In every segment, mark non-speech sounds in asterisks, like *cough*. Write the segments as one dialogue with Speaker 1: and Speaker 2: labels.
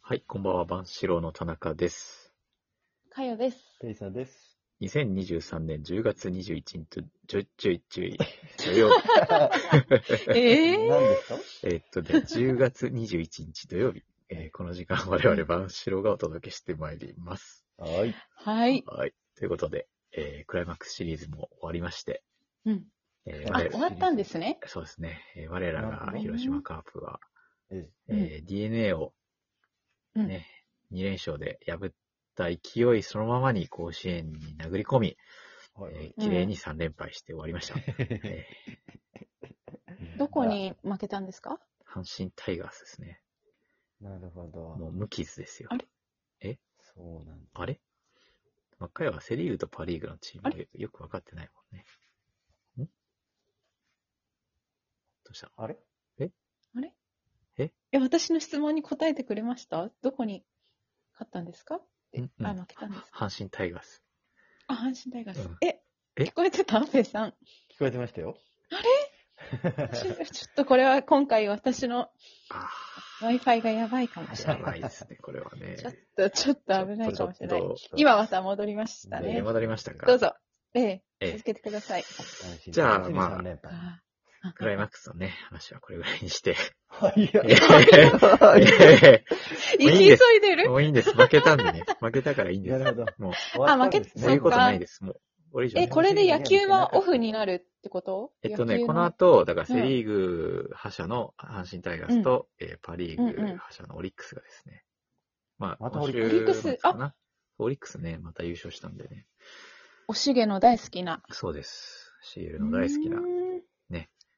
Speaker 1: はい、こんばんは、万志郎の田中です。
Speaker 2: かよです。
Speaker 3: ペイさんです。
Speaker 1: 2023年10月21日、11日、土曜日、
Speaker 3: *laughs*
Speaker 2: え
Speaker 3: 何ですか
Speaker 1: えーっとね、10月21日土曜日、えーこの時間我々万志郎がお届けしてまいります。
Speaker 3: はい。
Speaker 2: はい。
Speaker 1: はい、ということで、えークライマックスシリーズも終わりまして、
Speaker 2: うん。
Speaker 1: えー
Speaker 2: あ、
Speaker 1: 我
Speaker 2: 終わったんですね。
Speaker 1: そうですね、えー我ら
Speaker 3: なるほ
Speaker 1: が
Speaker 3: どね
Speaker 1: 広島カープは、
Speaker 3: え
Speaker 1: えー DNA を
Speaker 2: うん。
Speaker 1: ね2連勝で破った勢いそのままに甲子園に殴り込み、
Speaker 3: えはいは
Speaker 1: え
Speaker 3: い。
Speaker 1: ー綺麗に3連敗して終わりま
Speaker 3: *laughs*
Speaker 1: した。えー
Speaker 2: どこに負けたんですか
Speaker 1: 阪神タイガースですね。
Speaker 3: なるほ
Speaker 1: もう
Speaker 3: ど。
Speaker 1: 無傷ですよ
Speaker 2: あ。れ
Speaker 3: そうなんだ。
Speaker 1: あれ真っ赤やはセリーグとパリーグのチーム
Speaker 2: あ
Speaker 1: でよく分かってないもんね。んどうしたの
Speaker 3: あれ
Speaker 2: え、私の質問に答えてくれましたどこに勝ったんですかって
Speaker 1: うんうん
Speaker 2: あ、負けたんですか
Speaker 1: 阪神タイガース。
Speaker 2: あ、阪神タイガース
Speaker 1: うん。
Speaker 2: え、
Speaker 1: え
Speaker 2: 聞こえてた安部
Speaker 1: *laughs*
Speaker 2: さん。
Speaker 3: 聞こえてましたよ。
Speaker 2: ちょちょっとこれは今回私の
Speaker 1: あ
Speaker 2: Wi-Fi がやばいかもし
Speaker 1: あ、
Speaker 2: れ
Speaker 1: *laughs* や
Speaker 2: ない。
Speaker 1: ばいですね、これはね
Speaker 2: ち。ょっと、ちょっと危ないかもしれない
Speaker 1: ちょっ。と
Speaker 2: 今はさ、戻りました
Speaker 1: えー
Speaker 2: ね。
Speaker 1: 戻りましたか。
Speaker 2: どうぞ。ええ、
Speaker 1: ええ
Speaker 2: 続けてください。
Speaker 1: じゃあまあ
Speaker 3: 3連敗。
Speaker 2: あ
Speaker 1: クライマックスのね、話はこれぐらいに
Speaker 2: *laughs*
Speaker 1: して。
Speaker 3: は
Speaker 1: え
Speaker 3: い。や
Speaker 1: ー
Speaker 2: 行き *laughs* 急いでる
Speaker 1: *laughs* もういいんです。負けたんでね。負けたからいいんで
Speaker 3: な
Speaker 1: す。
Speaker 3: るほど。
Speaker 1: もう、
Speaker 2: あ負け
Speaker 3: 終
Speaker 1: そう
Speaker 3: わ
Speaker 1: い
Speaker 3: っ
Speaker 1: うこと
Speaker 3: た
Speaker 1: なんい
Speaker 3: で
Speaker 1: です。もう、これ以上ね
Speaker 2: え、これで野球はオフになるってこと
Speaker 1: えっとね、
Speaker 2: 野球
Speaker 1: この後、だからセ・リーグ覇者の阪神タイガースと、えーパ・リーグ
Speaker 2: うんうん
Speaker 1: 覇者のオリックスがですね、まあ、
Speaker 3: また
Speaker 1: 今週
Speaker 2: オリックス
Speaker 1: 末かなオリックスね、また優勝したんでね。
Speaker 2: おしげの大好きな。
Speaker 1: そうです。CL の大好きな
Speaker 2: うー。ん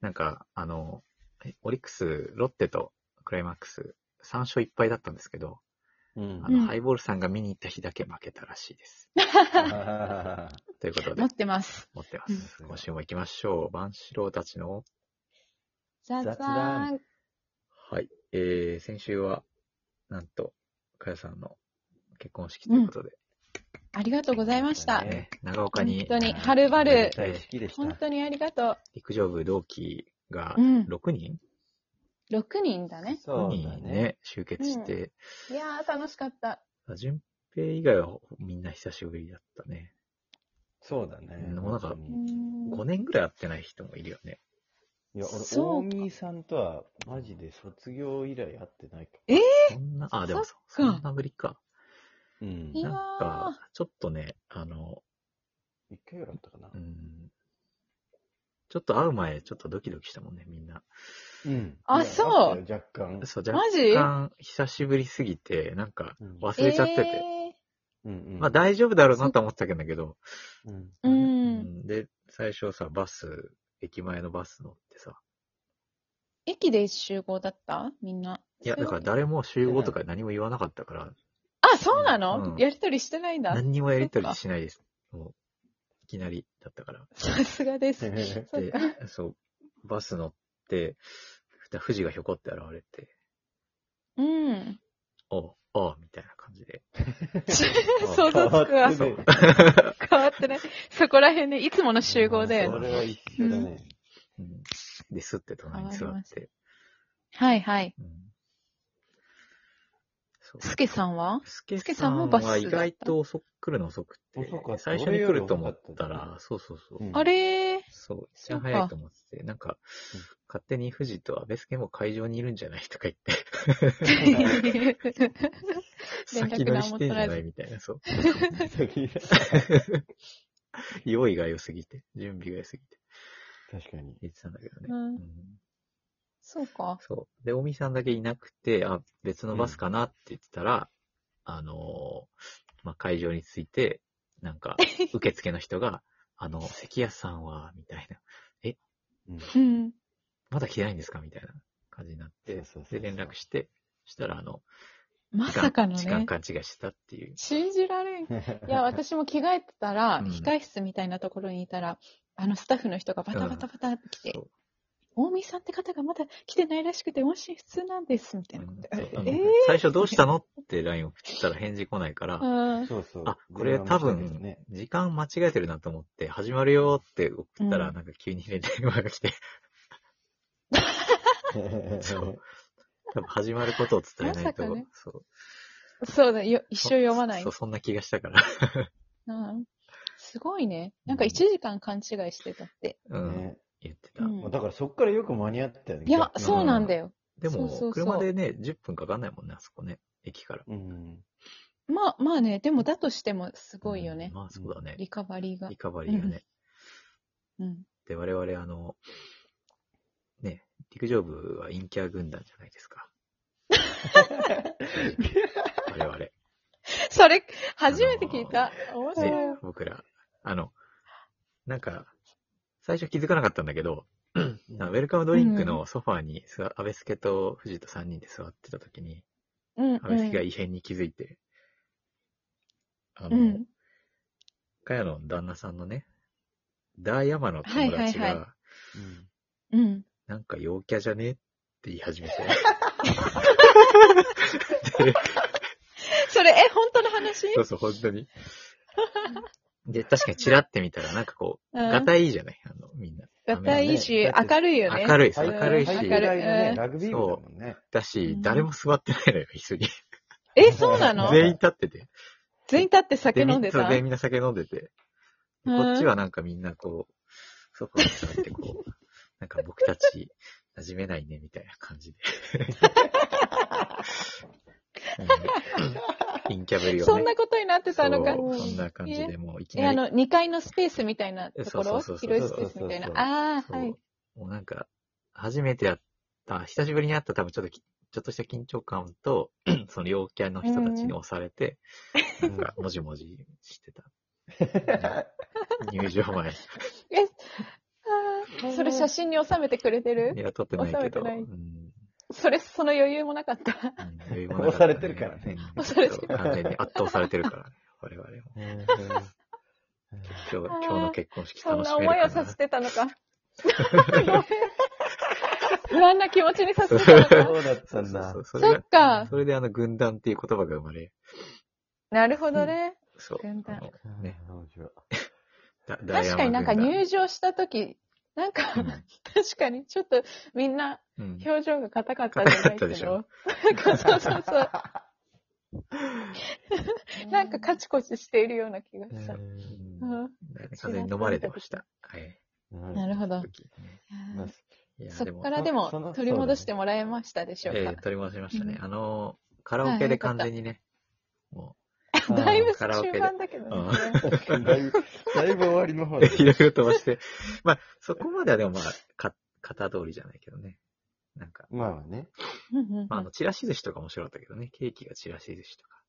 Speaker 1: なんか、あの、えオリックス、ロッテとクライマックス、3勝1敗だったんですけど、
Speaker 3: うん
Speaker 1: あの、
Speaker 2: うん
Speaker 1: ハイボールさんが見に行った日だけ負けたらしいです。
Speaker 3: あ
Speaker 1: ということで
Speaker 2: 持っ、てます。
Speaker 1: 持ってます。
Speaker 3: うん
Speaker 1: 今週も行きましょう。万志郎たちの、
Speaker 2: じゃじゃ
Speaker 3: 雑
Speaker 2: ーん
Speaker 3: 談。
Speaker 1: はい。えー、先週は、なんと、かやさんの結婚式ということで、
Speaker 2: ありがとうございました
Speaker 3: うん。
Speaker 1: ね、長岡に
Speaker 2: 本当に
Speaker 3: ー
Speaker 2: はるばる
Speaker 3: めでたい式でした。
Speaker 2: 本当にありがと
Speaker 1: 陸上部同期が
Speaker 2: うん
Speaker 1: 6人、
Speaker 2: う。6人だね。
Speaker 3: そう
Speaker 1: 6
Speaker 3: だ
Speaker 1: 人
Speaker 3: ね。
Speaker 1: ね、集結して、
Speaker 2: いやー、楽しかった。
Speaker 1: 淳平以外はみんな久しぶりだったね。
Speaker 3: そうだね。
Speaker 1: もうなんか
Speaker 2: う
Speaker 3: 本当
Speaker 2: ー
Speaker 3: に
Speaker 1: 5
Speaker 2: ん
Speaker 1: 年ぐらい会ってない人もいるよね。
Speaker 3: いや、
Speaker 2: そ
Speaker 3: 俺、
Speaker 2: うか
Speaker 3: 大見さんとは、マジで卒業以来会ってないか
Speaker 2: え
Speaker 1: そんな、あ、でもそ
Speaker 2: そっか
Speaker 1: そんなぶりか。
Speaker 3: ら。うん。
Speaker 2: いや
Speaker 1: な
Speaker 2: ー
Speaker 1: んか、ちょっとね、あの、
Speaker 3: 一回ぐらいあったかな
Speaker 1: う。ん、ちょっと会う前、ちょっとドキドキしたもんね、みんな。
Speaker 3: うん。
Speaker 2: あ
Speaker 3: いや
Speaker 2: そう
Speaker 3: あったよ若干。
Speaker 1: そう、若
Speaker 2: マジ
Speaker 1: 干久しぶりすぎて、なんか
Speaker 3: うん
Speaker 1: 忘れちゃってて。
Speaker 2: え
Speaker 3: うんうん
Speaker 1: まあ大丈夫だろうなと思ってたけど、
Speaker 3: うん
Speaker 2: ーう。
Speaker 1: うんんで、最初さ、バス、駅前のバス乗ってさ、
Speaker 2: 駅で集合だったみんな。
Speaker 1: いや、だから誰も集合とか何も言わなかったから、
Speaker 2: あ、そうなの、
Speaker 1: うん
Speaker 2: やりとりしてないんだ。
Speaker 1: 何にもやりとりしないです。もう、いきなりだったから。
Speaker 2: さすがです。そっ
Speaker 1: で
Speaker 2: か。、
Speaker 1: そう、バス乗って、富士がひょこって現れて、 *laughs*
Speaker 2: うん。
Speaker 1: おおみたいな感じで。
Speaker 2: 想像つくわ。
Speaker 3: 変わってるね
Speaker 2: 変わってない。そこら辺で、いつもの集合だよ
Speaker 3: そ
Speaker 2: ね。
Speaker 3: れは一緒だね。
Speaker 1: うん、で、すって隣に座
Speaker 2: 変わり
Speaker 1: っ
Speaker 2: ま
Speaker 1: て。
Speaker 2: はいはい。
Speaker 1: うん。そう
Speaker 2: すけさんは
Speaker 1: スケ
Speaker 2: スケ
Speaker 1: さ
Speaker 2: さんも
Speaker 1: ん
Speaker 2: バスだっ
Speaker 1: は
Speaker 2: た
Speaker 1: 意外と遅く来るの遅くて
Speaker 3: 遅かっ、た
Speaker 1: 最初に来ると思った
Speaker 3: 俺より遅
Speaker 1: ら、そうそうそう。
Speaker 3: うん
Speaker 2: あれー
Speaker 1: そう、一
Speaker 2: そう
Speaker 1: 番
Speaker 2: か
Speaker 1: 早いと思ってて、なんか
Speaker 3: うん、
Speaker 1: 勝手に富士と安倍助も会場にいるんじゃないとか言って、
Speaker 2: 連絡
Speaker 1: 先乗り
Speaker 2: 何
Speaker 1: し
Speaker 2: も
Speaker 1: て
Speaker 2: 取
Speaker 1: んじ
Speaker 2: ら
Speaker 1: ゃ
Speaker 2: ず
Speaker 1: ないみたいな、そう。
Speaker 3: *laughs* 確
Speaker 1: *laughs* 用意が良すぎて、準備が良すぎて、
Speaker 3: かに。
Speaker 1: 言ってたんだけどね。
Speaker 2: うん
Speaker 1: うん
Speaker 2: そうか。
Speaker 1: そう。で、おみさんだけいなくて、あ、別のバスかなって言ってたら、あのーまあ、会場に着いて、なん
Speaker 2: *laughs*
Speaker 1: か、受付の人が、あの、関谷さんは、みたいな、
Speaker 3: うん
Speaker 2: うん。
Speaker 1: まだ来てないんですかみたいな感じになって、
Speaker 3: そうそうそう
Speaker 1: で、連絡して、したら、あの、
Speaker 2: ま
Speaker 1: 時間
Speaker 2: さかの
Speaker 1: 時間
Speaker 2: ね。
Speaker 1: 勘違いしてたっていう。
Speaker 2: 信じられん。いや、私も着替えてたら
Speaker 1: う、ん
Speaker 2: 控室みたいなところにいたら、あのスタッフの人がバタバタバタって来て
Speaker 1: そ、う
Speaker 2: 大見さんって方がまだ来てないらしくて、もし普通なんです、みたいなこと言われて。
Speaker 1: うん
Speaker 2: え
Speaker 1: 最初どうしたのって LINE 送ったら返事来ないから、
Speaker 2: ーうん。
Speaker 3: そうそう。
Speaker 1: あ、これ多
Speaker 3: 電話もしたけど
Speaker 1: 分
Speaker 3: ね、
Speaker 1: 時間間違えてるなと思って、始まるよって送ったら、
Speaker 2: うん
Speaker 1: なんか急に連絡が来て、多分始まることを伝えないと。
Speaker 2: まさかね
Speaker 1: そう
Speaker 2: そうだよ、一生読まない
Speaker 1: そう、。そんな気がしたから。 *laughs*
Speaker 2: うん。すごいね。なんか1時間勘違いしてたって。
Speaker 1: うん。
Speaker 3: *laughs* ね
Speaker 1: 言ってた。
Speaker 2: うん
Speaker 3: まあだからそっからよく間に合ったよね。
Speaker 2: いや、
Speaker 3: 逆に
Speaker 2: そうなんだよ。
Speaker 1: でも、
Speaker 2: そうそうそう
Speaker 1: 車でね、10分かかんないもんね、あそこね。駅から。
Speaker 3: うん。
Speaker 2: まあまあね、でもだとしてもすごいよね
Speaker 1: うん。まあそうだね。
Speaker 2: リカバリーが
Speaker 1: リ。カバリーがね。
Speaker 2: うん。 *laughs*
Speaker 1: で、我々、あの、ね、陸上部は陰キャ軍団じゃないですか。我
Speaker 2: *laughs*
Speaker 1: 々。ね、
Speaker 2: それ、初めて聞いた。面白い。
Speaker 1: 僕ら。あの、なんか、最初気づかなかったんだけ
Speaker 2: *clears throat*
Speaker 1: ど、あのウェルカムドリンクのソファーにすわ、安倍助と藤田3人で座ってた時に、
Speaker 2: うん、
Speaker 1: 安倍助が
Speaker 2: う
Speaker 1: 異変に気づいて、あ
Speaker 2: ん。う
Speaker 1: の
Speaker 2: ん、。
Speaker 1: かやの旦那さんのね、ダーヤマの友達
Speaker 2: はいはいは
Speaker 1: が、
Speaker 3: うん
Speaker 2: うん。 *laughs*
Speaker 1: なんか陽キャじゃねって言い始めて。で
Speaker 2: それ、え、本当の話
Speaker 1: そうそう、本当に。で、確かにチラって見たら、なんかこう、
Speaker 2: うん
Speaker 1: ガタイいいじゃないあの、みんな。
Speaker 2: がたいいし、
Speaker 3: だって
Speaker 2: 明るいよね。
Speaker 1: 明るいです、
Speaker 3: 体育
Speaker 1: 明るいし
Speaker 3: 体、育
Speaker 2: 明るい
Speaker 3: 大の
Speaker 2: う
Speaker 3: ね
Speaker 2: ん
Speaker 3: ラグビー部だもんね。
Speaker 1: だ
Speaker 2: う
Speaker 1: し、
Speaker 2: ん
Speaker 1: 誰も座ってないのよ、椅子に。
Speaker 2: え、そうなの
Speaker 1: 全員立ってて。
Speaker 2: 全員立って酒
Speaker 1: で
Speaker 2: 飲んで
Speaker 1: みんな
Speaker 2: た
Speaker 1: 全員みんな酒飲んでて。で
Speaker 2: うん
Speaker 1: こっちはなんかみんなこう、ソファーに座って
Speaker 2: *laughs*
Speaker 1: こう、なんか僕たち、馴染めないね、みたいな感じで。うん陰キャぶりをね。
Speaker 2: そんなことになってたのか。
Speaker 1: そうそんな感じで、もういき
Speaker 2: え、あ
Speaker 1: なり、
Speaker 2: の、2階のスペースみたいなとこ
Speaker 1: そ
Speaker 2: ろ
Speaker 1: うそうそうそう
Speaker 2: 広いスペースみたいな。ああ、
Speaker 1: そう
Speaker 2: はい。
Speaker 1: もうなんか、初めてやった、久しぶりに会った多分ちょっとき、ちょっとした緊張感と、 *clears throat* その陽キャの人たちに押されて、なんか、もじもじしてた。入場前。
Speaker 2: え、ああ、それ写真に収めてくれて
Speaker 1: い
Speaker 2: る
Speaker 1: や、撮ってないけど、
Speaker 2: 収めてない
Speaker 1: うん
Speaker 2: それ、その余裕もなかった。
Speaker 1: うん余裕もな
Speaker 3: 押されてるからね
Speaker 1: うん
Speaker 2: 押されてる
Speaker 1: そう完全に圧倒されてるからね、我々も。今日、今日の結婚式
Speaker 2: そん
Speaker 1: 楽し
Speaker 2: な
Speaker 1: める
Speaker 2: 思
Speaker 1: か
Speaker 2: い
Speaker 1: な。
Speaker 2: をさせてた
Speaker 1: *laughs*
Speaker 2: のか。不安な気持ちにさせてたのか。
Speaker 3: そうだった
Speaker 1: そうんそう
Speaker 3: だ
Speaker 1: そ。う。それ
Speaker 2: そっ
Speaker 1: が、
Speaker 2: か。
Speaker 1: それであの、軍団っていう言葉が生まれ、
Speaker 2: なるほどね。
Speaker 1: そう。
Speaker 2: 軍団
Speaker 1: あのね、
Speaker 3: 面白い
Speaker 1: だ
Speaker 2: 確かになんか、
Speaker 1: ダイヤ
Speaker 2: 入場した時、なんか、
Speaker 1: マ軍
Speaker 2: 確
Speaker 1: 団
Speaker 2: かにちょっとみんな
Speaker 1: うんうん
Speaker 2: 表情が硬かったじゃな
Speaker 1: 硬
Speaker 2: いけ
Speaker 1: かったでし
Speaker 2: ど
Speaker 1: ょ。
Speaker 2: なんかそうそうそう。なんかカチコチしているような気が
Speaker 3: う
Speaker 2: した。
Speaker 3: ん
Speaker 2: うん
Speaker 1: 風に飲まれてました。はい。
Speaker 2: なるほど。
Speaker 1: 時ね
Speaker 3: まあ
Speaker 1: いや
Speaker 2: そ
Speaker 1: で
Speaker 2: こ
Speaker 1: も
Speaker 2: からで
Speaker 3: そ
Speaker 2: も
Speaker 3: の
Speaker 2: 取り戻してもらえましたでしょう
Speaker 1: え
Speaker 2: か
Speaker 1: え。取り戻しましたね。
Speaker 2: う
Speaker 1: あの、カラオケで完全にね、も
Speaker 3: あー
Speaker 2: だいぶ
Speaker 1: カラオケで
Speaker 2: 終盤だけどね。
Speaker 3: *laughs* だいぶ、だいぶ終わりの方
Speaker 1: う、
Speaker 3: だ
Speaker 1: *laughs* いろいろ飛ばして、まあ、そこまではでもまあ、か、型通りじゃないけどね。なんか、
Speaker 3: まあね。
Speaker 2: うんうん
Speaker 1: まあ、あの、チラシ寿司とか面白かったけどね。ケーキがチラシ寿司とか。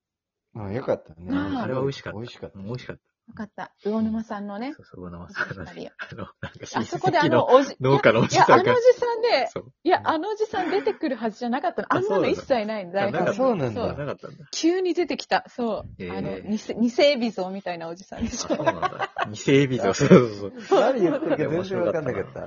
Speaker 3: まあよかったね。
Speaker 2: あー
Speaker 1: あれは美味しかった。
Speaker 3: 美味しかった。
Speaker 1: うん美味しかっ
Speaker 2: よかった。魚沼さんのね
Speaker 1: た。。そうそう、小沼さんのねあの、なんか親
Speaker 2: あそこであ
Speaker 1: 戚
Speaker 2: の
Speaker 1: の
Speaker 2: おじ、いや
Speaker 1: 農家のお
Speaker 2: い
Speaker 1: じ
Speaker 2: や、
Speaker 1: さ
Speaker 2: あの
Speaker 1: ん
Speaker 2: お
Speaker 1: が
Speaker 2: じ。さんで、
Speaker 1: そう。
Speaker 2: いや、あのおじさん出てくるはずじゃなかったの。あんなの一切ないの、
Speaker 1: あ
Speaker 2: 台
Speaker 1: なか
Speaker 2: 本
Speaker 1: っ
Speaker 3: あ
Speaker 1: た。
Speaker 3: そうなんだ
Speaker 1: なかったんだ。
Speaker 2: 急に出てきた。そう。
Speaker 1: えー
Speaker 2: あの、偽偽エビゾみたいなおじさんで
Speaker 1: あ
Speaker 2: し
Speaker 1: そう
Speaker 2: ょ。
Speaker 1: なんだ。偽エビゾ。そうそうそう。
Speaker 3: 何言ってるか全然わかんなかった。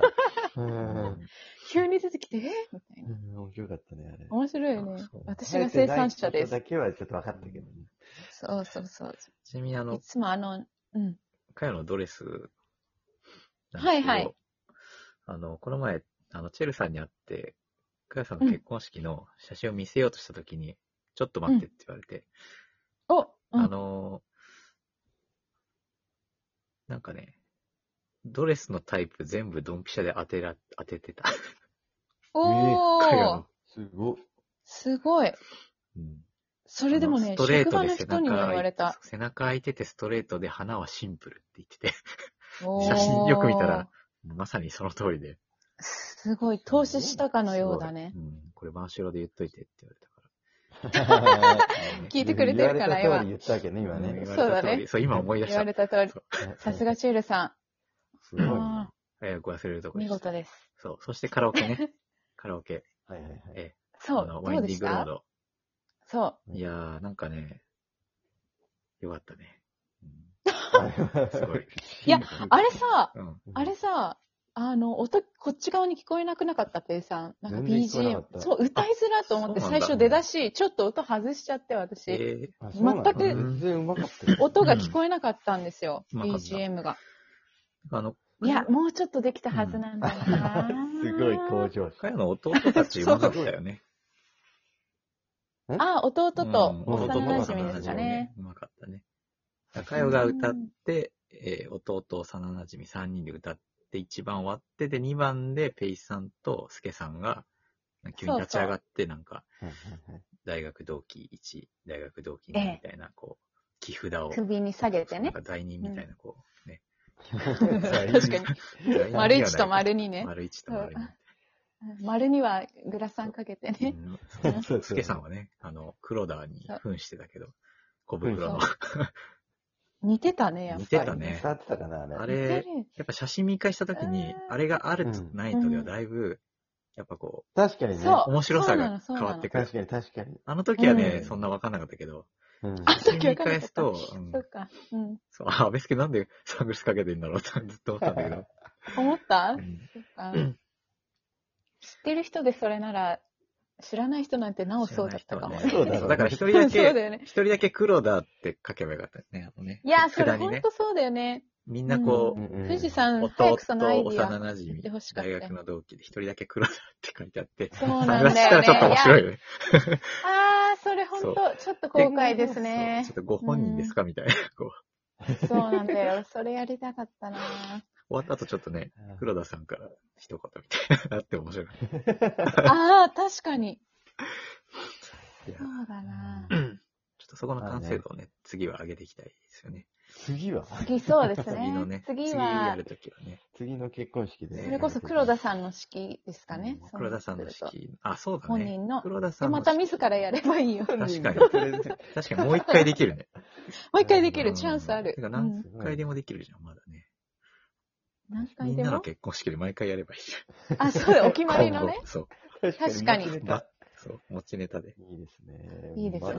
Speaker 1: う
Speaker 3: う
Speaker 1: ん
Speaker 3: ん。
Speaker 2: 急に出てきて、えみたいな。
Speaker 3: うん面白かったね、あれ。
Speaker 2: 面白いよね
Speaker 1: そう。
Speaker 2: 私が生産者です
Speaker 3: だ。けはちょっと分かったけどね。
Speaker 2: そうそうそう。
Speaker 1: ちなみにあ
Speaker 2: い
Speaker 1: の、
Speaker 2: つもあの、うん。
Speaker 1: かやのドレスなんですけど。
Speaker 2: はいはい
Speaker 1: あの、この前、あの、チェルさんに会って、かやさんの結婚式の写真を見せようとしたときに、ちょっと待ってって言われて、
Speaker 2: お、うん
Speaker 1: あの、なんかね、ドレスのタイプ全部ドンピシャで当てら、当ててた。
Speaker 2: お
Speaker 1: えー影
Speaker 2: ー
Speaker 1: の、
Speaker 3: すごっ。
Speaker 2: すごい。
Speaker 1: *laughs* うん
Speaker 2: それでも
Speaker 1: あの
Speaker 2: ね
Speaker 1: ス、トレー
Speaker 2: 職
Speaker 1: ト
Speaker 2: 場
Speaker 1: で
Speaker 2: の
Speaker 1: 背
Speaker 2: 人
Speaker 1: 中
Speaker 2: にも言われた。
Speaker 1: 背中開いててストレートで花はシンプルって言ってて、
Speaker 2: おー
Speaker 1: 写真よく見たら。まさにその通りで。
Speaker 2: すごい、投資したかのようだね
Speaker 1: す。ごい。うん。これ真後ろで言っといてって言われたから。
Speaker 2: *laughs* *laughs* 聞いてくれてるかな、
Speaker 3: 言わ
Speaker 2: 今
Speaker 3: れた通り。言ったわけね、今
Speaker 1: ん
Speaker 3: ね。
Speaker 1: 言われた
Speaker 2: そうだね
Speaker 1: 通りそう、今思い出し
Speaker 2: 言
Speaker 1: た
Speaker 2: わ。れた通り。さすがチュールさ
Speaker 3: す
Speaker 2: ん。
Speaker 3: ごいね。
Speaker 2: あ
Speaker 3: は
Speaker 1: えー、ご忘れると
Speaker 2: ー
Speaker 1: こで
Speaker 2: 見
Speaker 1: した。
Speaker 2: 事です。
Speaker 1: そう。そしてカラオケね。カラオ
Speaker 2: *laughs*
Speaker 1: ケ。
Speaker 3: いはいはい。
Speaker 1: え
Speaker 2: そ
Speaker 1: あの
Speaker 2: う、
Speaker 1: ワイ
Speaker 2: どう
Speaker 1: ン
Speaker 2: で
Speaker 1: ディン
Speaker 2: し
Speaker 1: グロー
Speaker 2: た
Speaker 1: ド。
Speaker 2: そ
Speaker 3: うん
Speaker 1: いやー、なんかね、よかったね。
Speaker 2: *laughs*
Speaker 1: うん、す
Speaker 3: す
Speaker 1: ごい。
Speaker 2: いやう。あれさ、
Speaker 1: うん。
Speaker 2: あれさ、あの、音、こっち側に聞こえなくなかった、ペイさん。なんか
Speaker 3: 全然聞こえな
Speaker 2: BGM
Speaker 3: かっ。た
Speaker 2: そう、歌いづらと思って
Speaker 1: あそうなん
Speaker 2: 最
Speaker 1: だ
Speaker 2: 初出だし、ちょっと音外しちゃって、私。
Speaker 1: え
Speaker 3: あそうなんだ
Speaker 2: 全く
Speaker 3: 全然うまかったよ。
Speaker 2: 音が聞こえなかったんですよ、
Speaker 1: うん
Speaker 2: BGM が。
Speaker 1: ー、あの、
Speaker 2: いや、もうちょっとで
Speaker 1: *laughs*
Speaker 2: きたはずなんだよな。
Speaker 3: すごい向上
Speaker 1: かや
Speaker 2: *laughs*
Speaker 3: 心。
Speaker 1: の弟たちうまかったよね。
Speaker 2: あ、弟と
Speaker 1: うん
Speaker 3: 弟と
Speaker 2: 幼馴染みですかね。
Speaker 1: うまかったね。高代が歌って、えー弟、幼馴染み3人で歌って、1番終わって、で、2番で、ペイさんとスケさんが、急に立ち上がって、なんか、
Speaker 3: はいはいはい。
Speaker 1: 大学同期1、大学同期2みたいな、こう、木札を、
Speaker 2: 首に下げて
Speaker 1: *laughs* なん
Speaker 2: ね。
Speaker 1: か罪人みたいな、こう、ね。
Speaker 3: 確
Speaker 2: *laughs* 確かに。丸一と丸二ね。
Speaker 1: 丸1と丸2。
Speaker 2: 丸にはグラサンかけてね。
Speaker 1: うん
Speaker 2: *laughs*
Speaker 3: そうそう
Speaker 1: スケさんはね、あの、黒田に扮してたけど、小袋の。
Speaker 2: 似てたね、やっぱり。
Speaker 1: 似てたね
Speaker 3: 伝わってたかな、あれ。
Speaker 1: あ
Speaker 2: 似て
Speaker 1: れ
Speaker 2: る。
Speaker 1: *laughs* やっぱ写真見返したときに
Speaker 2: う、ん
Speaker 1: あれがあるとないとではだいぶ、やっぱこ
Speaker 3: 確かにね。
Speaker 1: う、
Speaker 2: そあう
Speaker 1: 面白さ
Speaker 2: な
Speaker 1: が
Speaker 2: のそう
Speaker 1: 変
Speaker 2: なの
Speaker 1: わってくる
Speaker 3: 確。かに確かに。
Speaker 1: あの時はね、
Speaker 2: うん
Speaker 1: そんなわかんなかったけど、
Speaker 3: うん。
Speaker 2: あ、さっきわか *laughs* んなかった。
Speaker 1: 見返すとうん
Speaker 2: そっか。うん。
Speaker 1: そう、あ、安倍助なんでサングラスかけてんだろうってずっと思ったんだけど。
Speaker 2: *laughs* 思っ
Speaker 1: う
Speaker 2: た、
Speaker 1: ん
Speaker 2: そっか知ってる人でそれなら、知らない人なんてなおそうだったかもね。
Speaker 1: 知
Speaker 3: そう
Speaker 1: らない人はね
Speaker 3: だろうね
Speaker 1: だから一人
Speaker 2: *laughs* そう
Speaker 1: だ
Speaker 2: だ
Speaker 1: け、
Speaker 2: よね。
Speaker 1: 一人だけ黒田って書けばよかったですね、あのね。
Speaker 2: いや、それ
Speaker 1: 札に
Speaker 2: 本
Speaker 1: ね、
Speaker 2: 当そうだよね。
Speaker 1: みんなこ
Speaker 3: う
Speaker 1: う、
Speaker 3: んうん
Speaker 2: 富士山、早
Speaker 1: 弟
Speaker 2: くそのアイディア。
Speaker 1: 幼馴染
Speaker 2: 言ってほしかった
Speaker 1: 大
Speaker 2: よ
Speaker 1: 学の同期で一人だけ黒田って書いてあって、
Speaker 2: そう
Speaker 1: サン
Speaker 2: な
Speaker 1: グ
Speaker 2: ん
Speaker 1: ラスした
Speaker 2: だ
Speaker 1: ら
Speaker 2: よね。
Speaker 1: ちょっと面白い
Speaker 2: や
Speaker 1: よね。
Speaker 2: あー、それ本当ちょっと後悔ですね
Speaker 1: そう。ちょっとご本人ですかみたいな。こう、
Speaker 2: そうなんだよ。それやりたかったな
Speaker 1: 終わった後ちょっとね、
Speaker 3: うん
Speaker 1: 黒田さんから一言みたいなあって面白い。
Speaker 2: あー、確かに。
Speaker 1: いや
Speaker 2: そうだな
Speaker 1: ちょっとそこの完成度をね、次は上げていきたいですよね。
Speaker 3: 次は
Speaker 2: 次そうです
Speaker 1: 次のね
Speaker 2: ね。、次
Speaker 1: や
Speaker 2: は
Speaker 1: る、ときはね。
Speaker 3: 次の結婚式で。
Speaker 2: それこそ黒田
Speaker 3: ん。
Speaker 2: さんの式ですかね。
Speaker 1: うん黒田さんの
Speaker 2: そうなってくる
Speaker 1: 式。あ、そう
Speaker 2: と
Speaker 1: だ
Speaker 2: 本
Speaker 1: ね。
Speaker 2: 人の。
Speaker 1: 黒田さ
Speaker 2: で、
Speaker 1: んの
Speaker 2: ま
Speaker 1: 式
Speaker 2: た自らやればいいよ。も
Speaker 1: 確かに
Speaker 3: プレゼン
Speaker 1: 確かにもう一回できるね。
Speaker 2: う一回でき
Speaker 1: う
Speaker 2: る
Speaker 1: ん
Speaker 2: チャンスある
Speaker 1: て。か
Speaker 2: う
Speaker 1: 何
Speaker 2: ん
Speaker 1: 回でもできるじゃん、まだね。
Speaker 2: 何
Speaker 1: み
Speaker 2: 回
Speaker 1: ん
Speaker 2: で
Speaker 1: なの
Speaker 2: も。
Speaker 1: 結婚式で毎回やればいいじ
Speaker 2: あ、そうだ、お決
Speaker 1: ゃん。
Speaker 2: まりのね。
Speaker 1: そう。
Speaker 3: ト。
Speaker 2: 確かに
Speaker 3: 持ちネタ
Speaker 1: そう。持ちネタで。
Speaker 3: いいですね。
Speaker 2: いいですね